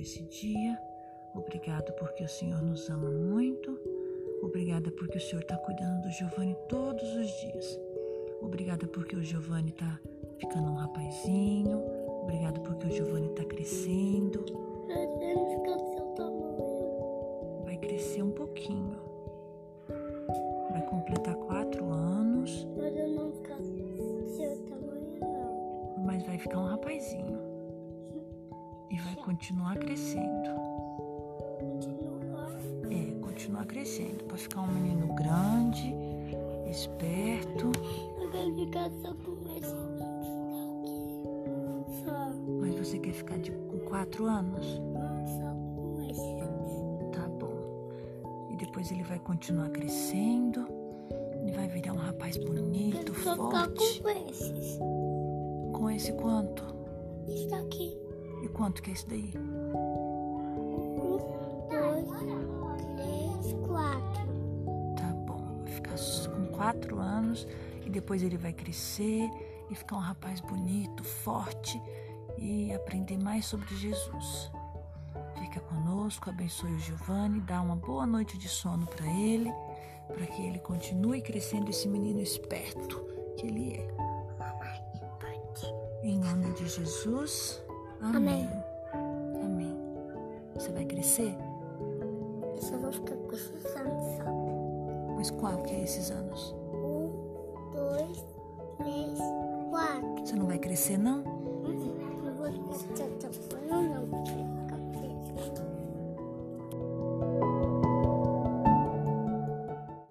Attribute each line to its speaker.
Speaker 1: esse dia. Obrigado porque o Senhor nos ama muito. Obrigada porque o Senhor está cuidando do Giovanni todos os dias. Obrigada porque o Giovanni está ficando um rapazinho. Obrigado porque o Giovanni está crescendo. Vai crescer um pouquinho. Vai completar quatro anos, mas vai ficar um rapazinho. E vai continuar crescendo. É, continuar crescendo. Para ficar um menino grande, esperto, mas você quer ficar de, com quatro anos? Tá bom. E depois ele vai continuar crescendo. Ele vai virar um rapaz bonito, forte.
Speaker 2: com esses.
Speaker 1: Com esse quanto?
Speaker 2: Isso daqui.
Speaker 1: E quanto que é esse daí?
Speaker 2: Um, dois, três, quatro.
Speaker 1: Tá bom. Vai ficar s- com quatro anos. E depois ele vai crescer e ficar um rapaz bonito, forte. E aprender mais sobre Jesus. Fica conosco, abençoe o Giovanni, dá uma boa noite de sono para ele, para que ele continue crescendo esse menino esperto que ele é. Em nome de Jesus. Amém. Amém. Você vai crescer?
Speaker 2: Eu só vou ficar com esses anos só.
Speaker 1: Mas qual que é esses anos?
Speaker 2: Um, dois, três, quatro.
Speaker 1: Você não vai crescer, não?